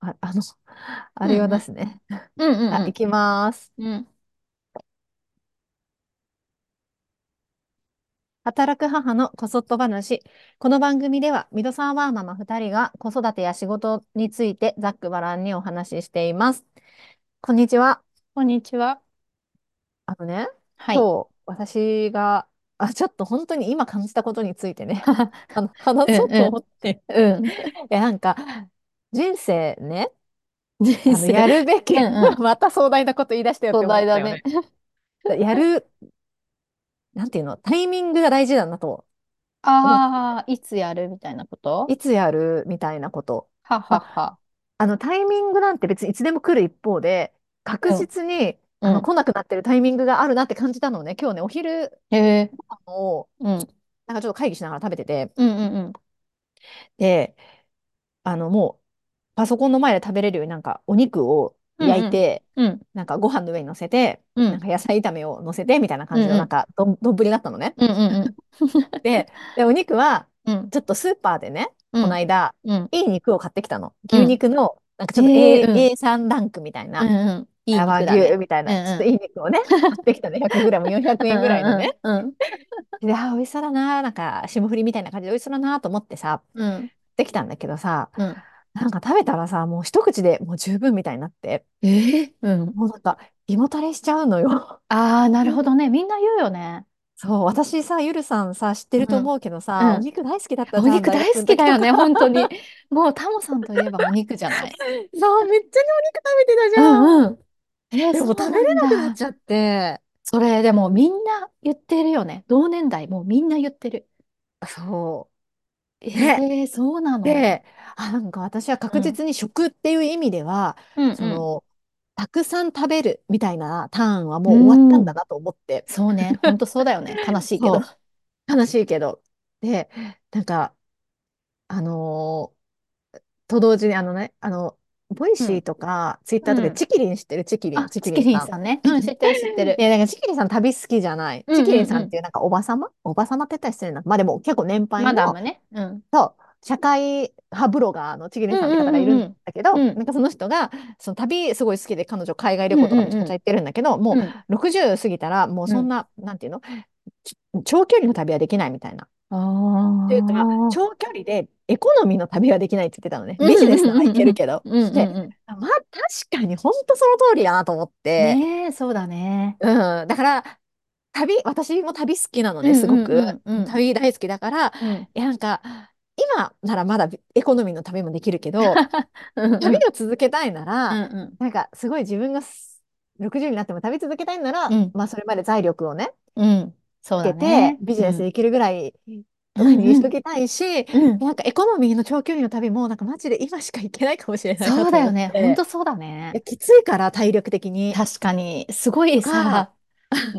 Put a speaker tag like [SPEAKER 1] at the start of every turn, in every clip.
[SPEAKER 1] あ、あの、 あ
[SPEAKER 2] うん
[SPEAKER 1] れを
[SPEAKER 2] う
[SPEAKER 1] 出
[SPEAKER 2] ん。
[SPEAKER 1] すね。
[SPEAKER 2] うんう
[SPEAKER 1] あ、
[SPEAKER 2] んう
[SPEAKER 1] 行
[SPEAKER 2] ん。
[SPEAKER 1] きます。
[SPEAKER 2] うん。
[SPEAKER 1] 働く母のこそっと話。この番組では、ミドサーワーママ2人が子育てや仕事についてざっくばらんにお話ししています。こんにちは。
[SPEAKER 2] こんにちは。
[SPEAKER 1] あのね、
[SPEAKER 2] はい。
[SPEAKER 1] 今日私が、あ、ちょっと本当に今感じたことについてね、 あの、話
[SPEAKER 2] う
[SPEAKER 1] そうんと
[SPEAKER 2] う
[SPEAKER 1] 思って。
[SPEAKER 2] ん。う ん。
[SPEAKER 1] いや、なんか、人生ね、
[SPEAKER 2] 人
[SPEAKER 1] あの、
[SPEAKER 2] 生。
[SPEAKER 1] やるべき、
[SPEAKER 2] うんうん。
[SPEAKER 1] また壮大なこと言い出したよっ
[SPEAKER 2] 壮
[SPEAKER 1] て思
[SPEAKER 2] 大
[SPEAKER 1] っ
[SPEAKER 2] だ
[SPEAKER 1] たよ
[SPEAKER 2] ね。
[SPEAKER 1] ね。やる、なんていうの、タイミングが大事だなと思って、
[SPEAKER 2] ああ、いつやるみたいなこと
[SPEAKER 1] いつやるみたいなこと。
[SPEAKER 2] はは
[SPEAKER 1] ま
[SPEAKER 2] は。
[SPEAKER 1] あのタイミングなんて別にいつでも来る一方で、確
[SPEAKER 2] うん
[SPEAKER 1] 実にあ
[SPEAKER 2] う
[SPEAKER 1] の
[SPEAKER 2] ん。
[SPEAKER 1] 来なくなってるタイミングがあるなって感じたのね、今日ね、お昼
[SPEAKER 2] へえ。
[SPEAKER 1] ご飯を
[SPEAKER 2] うん。
[SPEAKER 1] なんかちょっと会議しながら食べてて、
[SPEAKER 2] うんうんうん。
[SPEAKER 1] で、あのもうパソコンの前で食べれるようになんかお肉を
[SPEAKER 2] うん
[SPEAKER 1] 焼いて、
[SPEAKER 2] うん。
[SPEAKER 1] なんかご飯の上に乗せて、
[SPEAKER 2] う
[SPEAKER 1] なん
[SPEAKER 2] ん。
[SPEAKER 1] か野菜炒めを乗せてみたいな
[SPEAKER 2] う
[SPEAKER 1] 感じのなん
[SPEAKER 2] ん
[SPEAKER 1] かどん、どんぶりだったのね。
[SPEAKER 2] うん。うんうんうん。
[SPEAKER 1] で、で、お肉は、
[SPEAKER 2] うん。
[SPEAKER 1] ちょっとスーパーでね、
[SPEAKER 2] う
[SPEAKER 1] この
[SPEAKER 2] ん。
[SPEAKER 1] 間、
[SPEAKER 2] うん。
[SPEAKER 1] いい肉を買ってきたの。
[SPEAKER 2] う
[SPEAKER 1] 牛
[SPEAKER 2] ん。
[SPEAKER 1] 肉の、なんかちょっと
[SPEAKER 2] ええ、
[SPEAKER 1] A、
[SPEAKER 2] うん。
[SPEAKER 1] A3 ランクみたいうな、
[SPEAKER 2] んうん。いい
[SPEAKER 1] あ和
[SPEAKER 2] 肉だ
[SPEAKER 1] 牛
[SPEAKER 2] ね。
[SPEAKER 1] みたいうな、ちょっと
[SPEAKER 2] ん
[SPEAKER 1] いい肉を ね、買ってきたの。100g400
[SPEAKER 2] う
[SPEAKER 1] 円ぐらいの
[SPEAKER 2] ん。
[SPEAKER 1] ね。
[SPEAKER 2] うん
[SPEAKER 1] で、あー、美味しそうだなー、なんか霜降りみたいな感じで美味しそうだなーと思ってさ、
[SPEAKER 2] うんうん。
[SPEAKER 1] できたんだけどさ、
[SPEAKER 2] うん。
[SPEAKER 1] なんか食べたらさ、もう一口でもう十分みたいになって、
[SPEAKER 2] ええ、うん。
[SPEAKER 1] もうなんか胃もたれしちゃうのよ。
[SPEAKER 2] ああ、なるほどね。みんな言うよね。
[SPEAKER 1] そう、私さ、ゆるさんさ、知って
[SPEAKER 2] う
[SPEAKER 1] ると
[SPEAKER 2] ん。
[SPEAKER 1] 思うけど
[SPEAKER 2] う
[SPEAKER 1] さ、お
[SPEAKER 2] ん。
[SPEAKER 1] 肉大好きだった
[SPEAKER 2] お
[SPEAKER 1] じゃん、
[SPEAKER 2] 肉
[SPEAKER 1] 大
[SPEAKER 2] 大好
[SPEAKER 1] 学の
[SPEAKER 2] き
[SPEAKER 1] 時
[SPEAKER 2] だ
[SPEAKER 1] と
[SPEAKER 2] よ
[SPEAKER 1] か。
[SPEAKER 2] ね、本当に。もう、タモさんといえばお肉じゃない。
[SPEAKER 1] そう、めっちゃにお肉食べてたじ
[SPEAKER 2] う
[SPEAKER 1] ゃん。
[SPEAKER 2] んうん。えー、
[SPEAKER 1] でも
[SPEAKER 2] そ
[SPEAKER 1] 食べ
[SPEAKER 2] うなん
[SPEAKER 1] れなくなっ
[SPEAKER 2] だ。
[SPEAKER 1] ちゃって。
[SPEAKER 2] それ、でもみんな言ってるよね。同年代、もうみんな言ってる。
[SPEAKER 1] そ
[SPEAKER 2] え
[SPEAKER 1] う。ね。
[SPEAKER 2] ー、そうなの。
[SPEAKER 1] で、あ、なんか私は
[SPEAKER 2] う
[SPEAKER 1] 確
[SPEAKER 2] ん。
[SPEAKER 1] 実に食っていう意味では、
[SPEAKER 2] うん
[SPEAKER 1] そ
[SPEAKER 2] うん。
[SPEAKER 1] の、たくさん食べるみたいなターンはもう終わった
[SPEAKER 2] うん
[SPEAKER 1] だ
[SPEAKER 2] ん。
[SPEAKER 1] なと思って。
[SPEAKER 2] そうね。ほんと そうだよね。悲しいけど。
[SPEAKER 1] そう、悲しいけど。で、なんか、あのーと同時にあのね、あの、ボイ
[SPEAKER 2] う
[SPEAKER 1] シー
[SPEAKER 2] ん。
[SPEAKER 1] とか、ツイッター
[SPEAKER 2] う
[SPEAKER 1] とか、
[SPEAKER 2] ん。
[SPEAKER 1] チキリン知ってるチキリン、
[SPEAKER 2] あ、
[SPEAKER 1] チ
[SPEAKER 2] チ
[SPEAKER 1] キ
[SPEAKER 2] キ
[SPEAKER 1] リン
[SPEAKER 2] リン
[SPEAKER 1] さん。
[SPEAKER 2] さんね。うん、知ってる知って
[SPEAKER 1] い
[SPEAKER 2] る。
[SPEAKER 1] や、なんかチキリンさん旅好きじゃない。
[SPEAKER 2] う
[SPEAKER 1] チ
[SPEAKER 2] ん
[SPEAKER 1] キリン
[SPEAKER 2] うん
[SPEAKER 1] さ
[SPEAKER 2] うん
[SPEAKER 1] って
[SPEAKER 2] ん。
[SPEAKER 1] いうなんかおばさまおばさまって言ったら失礼な。まあでも結構年配
[SPEAKER 2] マダ
[SPEAKER 1] の、
[SPEAKER 2] ムね。うん。
[SPEAKER 1] そう、社会派ブロガーのちぎ
[SPEAKER 2] う
[SPEAKER 1] り
[SPEAKER 2] ん
[SPEAKER 1] さんって方がいうる
[SPEAKER 2] ん
[SPEAKER 1] ん
[SPEAKER 2] うん
[SPEAKER 1] だけど、
[SPEAKER 2] うん。
[SPEAKER 1] なんかその人が、その旅すごい好きで彼女海外
[SPEAKER 2] う
[SPEAKER 1] 旅
[SPEAKER 2] ん
[SPEAKER 1] 行とか
[SPEAKER 2] う
[SPEAKER 1] めち
[SPEAKER 2] ん
[SPEAKER 1] ゃ
[SPEAKER 2] う
[SPEAKER 1] くちゃ
[SPEAKER 2] ん。
[SPEAKER 1] 行ってるんだけど、も
[SPEAKER 2] うん。
[SPEAKER 1] う60過ぎたらもう
[SPEAKER 2] う
[SPEAKER 1] そん
[SPEAKER 2] ん。
[SPEAKER 1] な、なんていうの、ち長距離の旅はできないみたいな。というか、
[SPEAKER 2] ああ。
[SPEAKER 1] 長距離でエコノミーの旅はできないって言ってたのね。
[SPEAKER 2] う
[SPEAKER 1] ビジ
[SPEAKER 2] ん
[SPEAKER 1] ネ
[SPEAKER 2] う
[SPEAKER 1] スならい
[SPEAKER 2] んう
[SPEAKER 1] け
[SPEAKER 2] んう
[SPEAKER 1] る
[SPEAKER 2] ん。
[SPEAKER 1] けど。
[SPEAKER 2] うんう
[SPEAKER 1] で、
[SPEAKER 2] んうん。
[SPEAKER 1] まあ確かに本当その通りやなと思って、
[SPEAKER 2] ねえ、そうだね。
[SPEAKER 1] うん、だから旅私も旅好きなの
[SPEAKER 2] う
[SPEAKER 1] ねすご
[SPEAKER 2] んう
[SPEAKER 1] く
[SPEAKER 2] んうん
[SPEAKER 1] 旅大好きだから
[SPEAKER 2] うん。うん。
[SPEAKER 1] いやなんか今ならまだエコノミーの旅もできるけど
[SPEAKER 2] うんう
[SPEAKER 1] 旅
[SPEAKER 2] ん。
[SPEAKER 1] を続けたいな
[SPEAKER 2] う
[SPEAKER 1] ら
[SPEAKER 2] んうん。
[SPEAKER 1] なんかすごい自分がす60になっても旅続けたいな
[SPEAKER 2] う
[SPEAKER 1] ら、
[SPEAKER 2] ん。
[SPEAKER 1] まあ、それまで財力をね
[SPEAKER 2] うんそう
[SPEAKER 1] つ
[SPEAKER 2] だ
[SPEAKER 1] けて
[SPEAKER 2] ね。
[SPEAKER 1] ビジ
[SPEAKER 2] う
[SPEAKER 1] ネスで
[SPEAKER 2] ん。
[SPEAKER 1] いけるぐらいうとかに
[SPEAKER 2] ん
[SPEAKER 1] し
[SPEAKER 2] う
[SPEAKER 1] と
[SPEAKER 2] ん。
[SPEAKER 1] きたいし
[SPEAKER 2] うん。
[SPEAKER 1] なんかエコノミーの長距離の旅もなんかマジで今しか行けないかもしれないな
[SPEAKER 2] そう
[SPEAKER 1] と
[SPEAKER 2] だ
[SPEAKER 1] 思
[SPEAKER 2] よ
[SPEAKER 1] っ
[SPEAKER 2] ね。ほん
[SPEAKER 1] て
[SPEAKER 2] とそうだ
[SPEAKER 1] いや
[SPEAKER 2] ね。
[SPEAKER 1] きついから体力的に
[SPEAKER 2] 確かに、すご
[SPEAKER 1] と
[SPEAKER 2] い
[SPEAKER 1] か、
[SPEAKER 2] さ、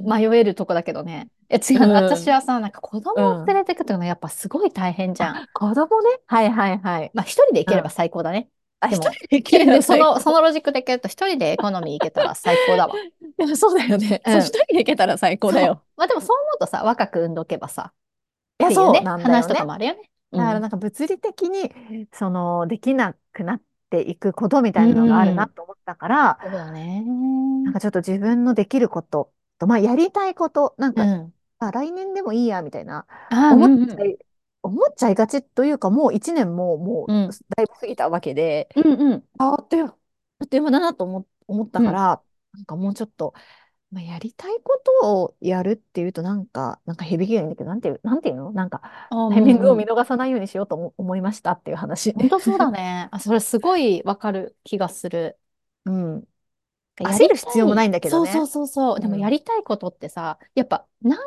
[SPEAKER 2] 迷えるとこだけどね。え、違
[SPEAKER 1] う
[SPEAKER 2] う、私
[SPEAKER 1] ん
[SPEAKER 2] はさ、なんか子供
[SPEAKER 1] う
[SPEAKER 2] を連
[SPEAKER 1] ん
[SPEAKER 2] れてくっていうのはやっぱすごい大変じゃん。
[SPEAKER 1] あ、子供ね。はいはいはい。
[SPEAKER 2] まあ、一人で行
[SPEAKER 1] う
[SPEAKER 2] ければ
[SPEAKER 1] ん。
[SPEAKER 2] 最高だね。
[SPEAKER 1] あ、
[SPEAKER 2] で
[SPEAKER 1] 一
[SPEAKER 2] も、
[SPEAKER 1] 人で行け
[SPEAKER 2] け、
[SPEAKER 1] れ
[SPEAKER 2] で、
[SPEAKER 1] ば
[SPEAKER 2] そ
[SPEAKER 1] 最
[SPEAKER 2] の、そ
[SPEAKER 1] 高。
[SPEAKER 2] のロジックでいけると、一人でエコノミー行けたら最高 だわ。
[SPEAKER 1] でもそうだよね。
[SPEAKER 2] う
[SPEAKER 1] そう、一
[SPEAKER 2] ん。
[SPEAKER 1] 人で行けたら最高だ
[SPEAKER 2] そう。
[SPEAKER 1] よ。
[SPEAKER 2] まあ、でもそう思うとさ、若く産んどけばさ、
[SPEAKER 1] いや、
[SPEAKER 2] っていう
[SPEAKER 1] そう
[SPEAKER 2] ね、
[SPEAKER 1] なんだ
[SPEAKER 2] 話
[SPEAKER 1] よ
[SPEAKER 2] と
[SPEAKER 1] ね。
[SPEAKER 2] かもあるよね。う
[SPEAKER 1] だから
[SPEAKER 2] ん。
[SPEAKER 1] なんか物理的に、その、できなくなっていくことみたいなのがある
[SPEAKER 2] う。
[SPEAKER 1] なんと思ったから、
[SPEAKER 2] そうだね。
[SPEAKER 1] なんかちょっと自分のできることと、まあ、やりたいこと、なん
[SPEAKER 2] う
[SPEAKER 1] か、
[SPEAKER 2] ん。
[SPEAKER 1] あ、来年でもいいや、みたいな、
[SPEAKER 2] ああ、う
[SPEAKER 1] 思っ
[SPEAKER 2] んう
[SPEAKER 1] ちゃ
[SPEAKER 2] ん。
[SPEAKER 1] い、思っちゃいがちというか、もう一年も、も
[SPEAKER 2] うん。
[SPEAKER 1] う、だいぶ過ぎたわけで、
[SPEAKER 2] うんうん。
[SPEAKER 1] ああっという、あっという間だなと思、思った
[SPEAKER 2] う
[SPEAKER 1] か
[SPEAKER 2] ん。
[SPEAKER 1] ら、なんかもうちょっと、まあ、やりたいことをやるっていうとなんか、なんか響きがいいんだけど、なんていう、なんていうのなんか、
[SPEAKER 2] ああ、う
[SPEAKER 1] タイミングを
[SPEAKER 2] んう
[SPEAKER 1] 見
[SPEAKER 2] ん。
[SPEAKER 1] 逃さないようにしようと思、思いましたっていう話。
[SPEAKER 2] 本当そうだね。あ、それすごいわかる気がする。
[SPEAKER 1] うん。
[SPEAKER 2] や
[SPEAKER 1] 焦る
[SPEAKER 2] りた。
[SPEAKER 1] 必要もないいんだけど
[SPEAKER 2] そうそう
[SPEAKER 1] ね。
[SPEAKER 2] そうそう。で
[SPEAKER 1] う
[SPEAKER 2] もや
[SPEAKER 1] ん。
[SPEAKER 2] りたいことってさ、やっぱ、なん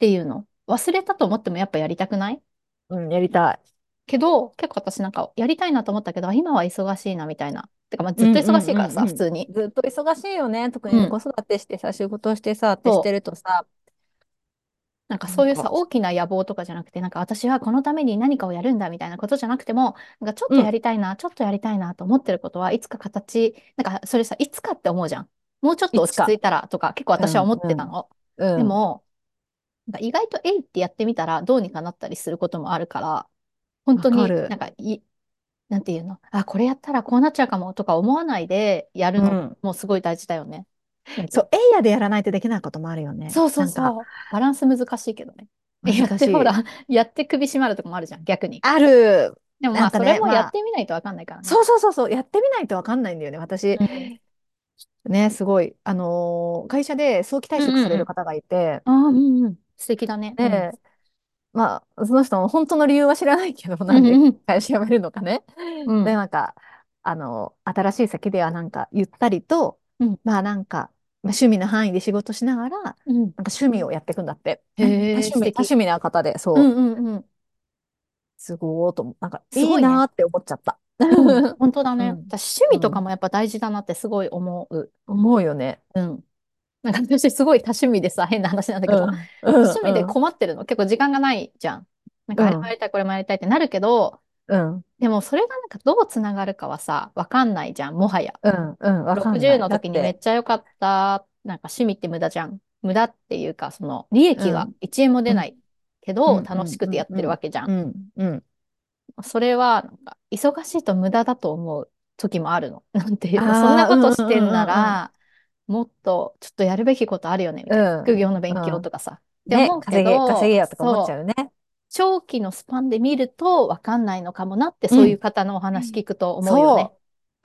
[SPEAKER 2] ていうの忘れたと思ってもやっぱやりたくない
[SPEAKER 1] うん、やりたい。
[SPEAKER 2] けど、結構私なんかやりたいなと思ったけど、あ今は忙しいなみたいな。てか、まあ、
[SPEAKER 1] う
[SPEAKER 2] ずっ
[SPEAKER 1] ん
[SPEAKER 2] と
[SPEAKER 1] う
[SPEAKER 2] 忙し
[SPEAKER 1] ん
[SPEAKER 2] いから
[SPEAKER 1] うん
[SPEAKER 2] さ、
[SPEAKER 1] う
[SPEAKER 2] 普
[SPEAKER 1] ん。
[SPEAKER 2] 通に。
[SPEAKER 1] ずっと忙しいよね。特
[SPEAKER 2] う
[SPEAKER 1] にね、
[SPEAKER 2] ん。
[SPEAKER 1] 子育てしてさ、仕事してさってして
[SPEAKER 2] そう。
[SPEAKER 1] るとさ、
[SPEAKER 2] なんか
[SPEAKER 1] な
[SPEAKER 2] そ
[SPEAKER 1] ん
[SPEAKER 2] ういう
[SPEAKER 1] か、
[SPEAKER 2] さ、大きな野望とかじゃなくて、なんか私はこのために何かをやるんだみたいなことじゃなくても、なんかちょっ
[SPEAKER 1] う
[SPEAKER 2] とや
[SPEAKER 1] ん、
[SPEAKER 2] りたいな、ちょっとやりたいなと思ってることはいつか形、なんかそれさ、いつかって思うじゃん。もうちょっ
[SPEAKER 1] い
[SPEAKER 2] と
[SPEAKER 1] つ
[SPEAKER 2] 落ち着
[SPEAKER 1] か。
[SPEAKER 2] いたらとか、結構
[SPEAKER 1] う
[SPEAKER 2] 私は
[SPEAKER 1] ん
[SPEAKER 2] 思っ
[SPEAKER 1] う
[SPEAKER 2] てた
[SPEAKER 1] ん
[SPEAKER 2] の。で
[SPEAKER 1] うん。
[SPEAKER 2] も、なんか意外とえいってやってみたらどうにかなったりすることもあるから、本
[SPEAKER 1] わ
[SPEAKER 2] 当
[SPEAKER 1] か
[SPEAKER 2] になん
[SPEAKER 1] る。
[SPEAKER 2] かい、なんていうのあ、これやったらこうなっちゃうかもとか思わないでやる
[SPEAKER 1] う
[SPEAKER 2] の
[SPEAKER 1] ん。
[SPEAKER 2] もすごい大事だよね。なんてい
[SPEAKER 1] そうう、エイヤーでやらないとできないこともあるよね。
[SPEAKER 2] そうそう
[SPEAKER 1] なんか、
[SPEAKER 2] そう。バランス難しいけどね。やっ
[SPEAKER 1] 難して
[SPEAKER 2] ほら、
[SPEAKER 1] い。
[SPEAKER 2] やって首絞まるとこもあるじゃん、逆に。
[SPEAKER 1] ある。
[SPEAKER 2] でも
[SPEAKER 1] なん
[SPEAKER 2] まあ、
[SPEAKER 1] か
[SPEAKER 2] それ
[SPEAKER 1] ね、
[SPEAKER 2] もや
[SPEAKER 1] ま
[SPEAKER 2] っ
[SPEAKER 1] あ、
[SPEAKER 2] てみないとわかんないからね。
[SPEAKER 1] そうそうそうそう、やってみないとわかんないんだよね。私、
[SPEAKER 2] うん。
[SPEAKER 1] ね、すごい、あのー会社で早期退
[SPEAKER 2] うん
[SPEAKER 1] 職さ
[SPEAKER 2] うん
[SPEAKER 1] れ
[SPEAKER 2] う
[SPEAKER 1] る
[SPEAKER 2] ん。
[SPEAKER 1] 方がいて、
[SPEAKER 2] ああ、うんうん。素敵だね。うん。
[SPEAKER 1] で、まあ、その人の本当の理由は知らないけど、
[SPEAKER 2] う
[SPEAKER 1] なんで
[SPEAKER 2] んうん
[SPEAKER 1] 会社辞めるのかね。
[SPEAKER 2] う
[SPEAKER 1] で、
[SPEAKER 2] ん。
[SPEAKER 1] なんか、あの、新しい先ではなんか、ゆったりと、
[SPEAKER 2] うん。
[SPEAKER 1] まあなんか、まあ、趣味の範囲で仕事しながら、なんか
[SPEAKER 2] うん。
[SPEAKER 1] 趣味をやっていくんだって。
[SPEAKER 2] へ
[SPEAKER 1] うん多
[SPEAKER 2] え、
[SPEAKER 1] 趣
[SPEAKER 2] 素
[SPEAKER 1] 味、多
[SPEAKER 2] 敵。
[SPEAKER 1] 趣味な方で、
[SPEAKER 2] う
[SPEAKER 1] そう、
[SPEAKER 2] んうんうん。
[SPEAKER 1] すごーと思う、なんか、
[SPEAKER 2] す
[SPEAKER 1] いい
[SPEAKER 2] ごい
[SPEAKER 1] なー
[SPEAKER 2] ね。
[SPEAKER 1] って思っちゃった。
[SPEAKER 2] うん。本当だ
[SPEAKER 1] うん。
[SPEAKER 2] ね。じゃあ趣味
[SPEAKER 1] う
[SPEAKER 2] とか
[SPEAKER 1] ん。
[SPEAKER 2] もやっぱ大事だなってすごい思う。
[SPEAKER 1] 思うよね。
[SPEAKER 2] うん。なんか私すごい多趣味でさ、変な話なんだ
[SPEAKER 1] う
[SPEAKER 2] けど、多
[SPEAKER 1] ん、うん、
[SPEAKER 2] 趣味で
[SPEAKER 1] うん、
[SPEAKER 2] 困ってるの。結構時間がないじゃん。なん
[SPEAKER 1] う
[SPEAKER 2] かあれもや
[SPEAKER 1] ん、
[SPEAKER 2] りたい、これもやりたいってなるけど、
[SPEAKER 1] うん、
[SPEAKER 2] でもそれがなんかどうつながるかはさ、わかんないじゃん、もはや。
[SPEAKER 1] うん、うんわかん
[SPEAKER 2] 60
[SPEAKER 1] ない。
[SPEAKER 2] の
[SPEAKER 1] だっ
[SPEAKER 2] 時にめ
[SPEAKER 1] て、
[SPEAKER 2] っちゃ良かった。なんか趣味って無駄じゃん。無駄っていうか、その利
[SPEAKER 1] う
[SPEAKER 2] 益が
[SPEAKER 1] ん、
[SPEAKER 2] 1円も出
[SPEAKER 1] う、
[SPEAKER 2] なんいけ
[SPEAKER 1] う
[SPEAKER 2] ど、
[SPEAKER 1] ん、う
[SPEAKER 2] 楽し
[SPEAKER 1] ん、
[SPEAKER 2] く
[SPEAKER 1] う
[SPEAKER 2] てや
[SPEAKER 1] ん、
[SPEAKER 2] って
[SPEAKER 1] う
[SPEAKER 2] るわ
[SPEAKER 1] ん、
[SPEAKER 2] けじゃん。
[SPEAKER 1] うん、うん。
[SPEAKER 2] それは、なんか、忙しいと無駄だと思う時もあるの。 なんていうの、そんな
[SPEAKER 1] ああ、う
[SPEAKER 2] こと
[SPEAKER 1] ん、う、
[SPEAKER 2] してんなん
[SPEAKER 1] うん、
[SPEAKER 2] ら、もっとちょっとやるべきことあるよね、み
[SPEAKER 1] う
[SPEAKER 2] たいな。
[SPEAKER 1] ん、
[SPEAKER 2] 副業の勉
[SPEAKER 1] うん、
[SPEAKER 2] 強
[SPEAKER 1] う
[SPEAKER 2] と
[SPEAKER 1] ん。
[SPEAKER 2] かさ。って
[SPEAKER 1] ね、
[SPEAKER 2] 思うけ
[SPEAKER 1] 稼げ、稼
[SPEAKER 2] ど、
[SPEAKER 1] げよとか思っち
[SPEAKER 2] そ
[SPEAKER 1] ゃ
[SPEAKER 2] う、
[SPEAKER 1] うよね。
[SPEAKER 2] 長期のスパンで見るとわかんないのかもなって、
[SPEAKER 1] う。
[SPEAKER 2] そういうん方のお話聞くと思うよね。
[SPEAKER 1] そう。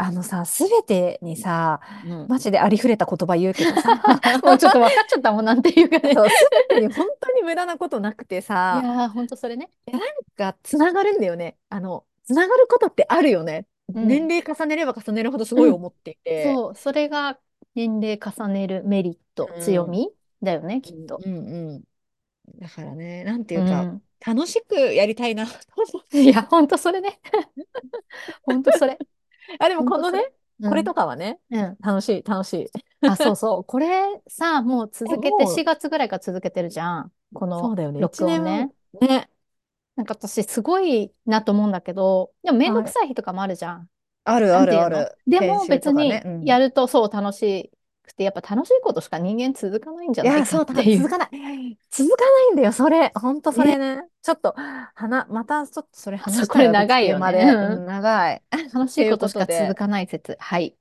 [SPEAKER 1] あのさ、すべてにさ、
[SPEAKER 2] うん。
[SPEAKER 1] マジでありふれた言葉言うけどさ、
[SPEAKER 2] もうちょっと分かっちゃったもん、なんていうかね。
[SPEAKER 1] そう、すべてに本当に無駄なことなくて
[SPEAKER 2] い
[SPEAKER 1] さ、
[SPEAKER 2] やー、ほんとそれね。
[SPEAKER 1] いやなんかつながるんだよね。あの、つながることってあるよね。
[SPEAKER 2] う
[SPEAKER 1] 年
[SPEAKER 2] ん。
[SPEAKER 1] 齢重ねれば重ねるほどすごい
[SPEAKER 2] うん。
[SPEAKER 1] 思っていて。
[SPEAKER 2] そう、それが年齢重ねるメリット、
[SPEAKER 1] う
[SPEAKER 2] 強
[SPEAKER 1] ん、
[SPEAKER 2] みだよね、
[SPEAKER 1] う
[SPEAKER 2] きっ
[SPEAKER 1] ん、
[SPEAKER 2] と。
[SPEAKER 1] うん、うん。だからね、なんていううか、
[SPEAKER 2] ん。
[SPEAKER 1] 楽しくやりたいなと思っ
[SPEAKER 2] い
[SPEAKER 1] て。
[SPEAKER 2] や、ほんとそれね。 ほんと それ。
[SPEAKER 1] あ、でも
[SPEAKER 2] ほん
[SPEAKER 1] ことの
[SPEAKER 2] そ
[SPEAKER 1] ね、
[SPEAKER 2] れ。う
[SPEAKER 1] これ
[SPEAKER 2] ん。
[SPEAKER 1] とかはね、
[SPEAKER 2] うん。
[SPEAKER 1] 楽しい、楽しい。
[SPEAKER 2] あ、そうそう。これさ、もう
[SPEAKER 1] え、
[SPEAKER 2] 続けて
[SPEAKER 1] もう、
[SPEAKER 2] 4月ぐらいから続けてるじゃん。こ
[SPEAKER 1] そう
[SPEAKER 2] の
[SPEAKER 1] だよね、一
[SPEAKER 2] 録音
[SPEAKER 1] 年、
[SPEAKER 2] ね。
[SPEAKER 1] ね。
[SPEAKER 2] なんか私すごいなと思うんだけど、でもめんど
[SPEAKER 1] は
[SPEAKER 2] く
[SPEAKER 1] い。
[SPEAKER 2] さい日とかもあるじゃん。
[SPEAKER 1] ある
[SPEAKER 2] な
[SPEAKER 1] あ
[SPEAKER 2] んて
[SPEAKER 1] る
[SPEAKER 2] いう
[SPEAKER 1] あ
[SPEAKER 2] の
[SPEAKER 1] る。
[SPEAKER 2] で
[SPEAKER 1] 研
[SPEAKER 2] も
[SPEAKER 1] 修
[SPEAKER 2] 別
[SPEAKER 1] とかね。
[SPEAKER 2] に
[SPEAKER 1] うん。
[SPEAKER 2] やるとそう楽しくて、やっぱ楽しいことしか人間続かないんじゃ
[SPEAKER 1] い
[SPEAKER 2] ない
[SPEAKER 1] や、
[SPEAKER 2] か
[SPEAKER 1] そ
[SPEAKER 2] っ
[SPEAKER 1] う、た、
[SPEAKER 2] てい
[SPEAKER 1] 続
[SPEAKER 2] う。
[SPEAKER 1] かない。続かないんだよ、それ。ほんとそれ
[SPEAKER 2] ね。
[SPEAKER 1] ね。ちょっと、はな、またちょっとそれ
[SPEAKER 2] そう、
[SPEAKER 1] 話し
[SPEAKER 2] こ
[SPEAKER 1] たい
[SPEAKER 2] れ
[SPEAKER 1] 私、
[SPEAKER 2] 長い
[SPEAKER 1] テー
[SPEAKER 2] よ
[SPEAKER 1] マ
[SPEAKER 2] ね。
[SPEAKER 1] で。
[SPEAKER 2] う。
[SPEAKER 1] うんん、長い。っ
[SPEAKER 2] 楽してい
[SPEAKER 1] いう
[SPEAKER 2] こと
[SPEAKER 1] こ
[SPEAKER 2] し
[SPEAKER 1] と
[SPEAKER 2] か続
[SPEAKER 1] で、
[SPEAKER 2] かない説。はい。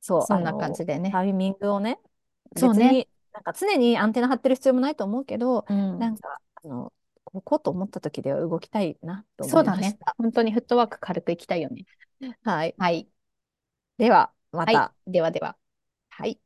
[SPEAKER 1] そう、
[SPEAKER 2] そ
[SPEAKER 1] あ
[SPEAKER 2] んな感
[SPEAKER 1] の、
[SPEAKER 2] じでね。
[SPEAKER 1] タイミングをね、
[SPEAKER 2] そう
[SPEAKER 1] 別
[SPEAKER 2] ね。
[SPEAKER 1] に、なんか常にアンテナ張ってる必要もないと思うけど、
[SPEAKER 2] う。
[SPEAKER 1] なんんか、あの、ここと思った時では動きたいなと思
[SPEAKER 2] そう
[SPEAKER 1] い
[SPEAKER 2] だ
[SPEAKER 1] まし
[SPEAKER 2] ね。
[SPEAKER 1] た。
[SPEAKER 2] 本当にフットワーク軽くいきたいよね。
[SPEAKER 1] はい。
[SPEAKER 2] はい。
[SPEAKER 1] では、ま
[SPEAKER 2] はい。
[SPEAKER 1] た。
[SPEAKER 2] ではでは。
[SPEAKER 1] はい。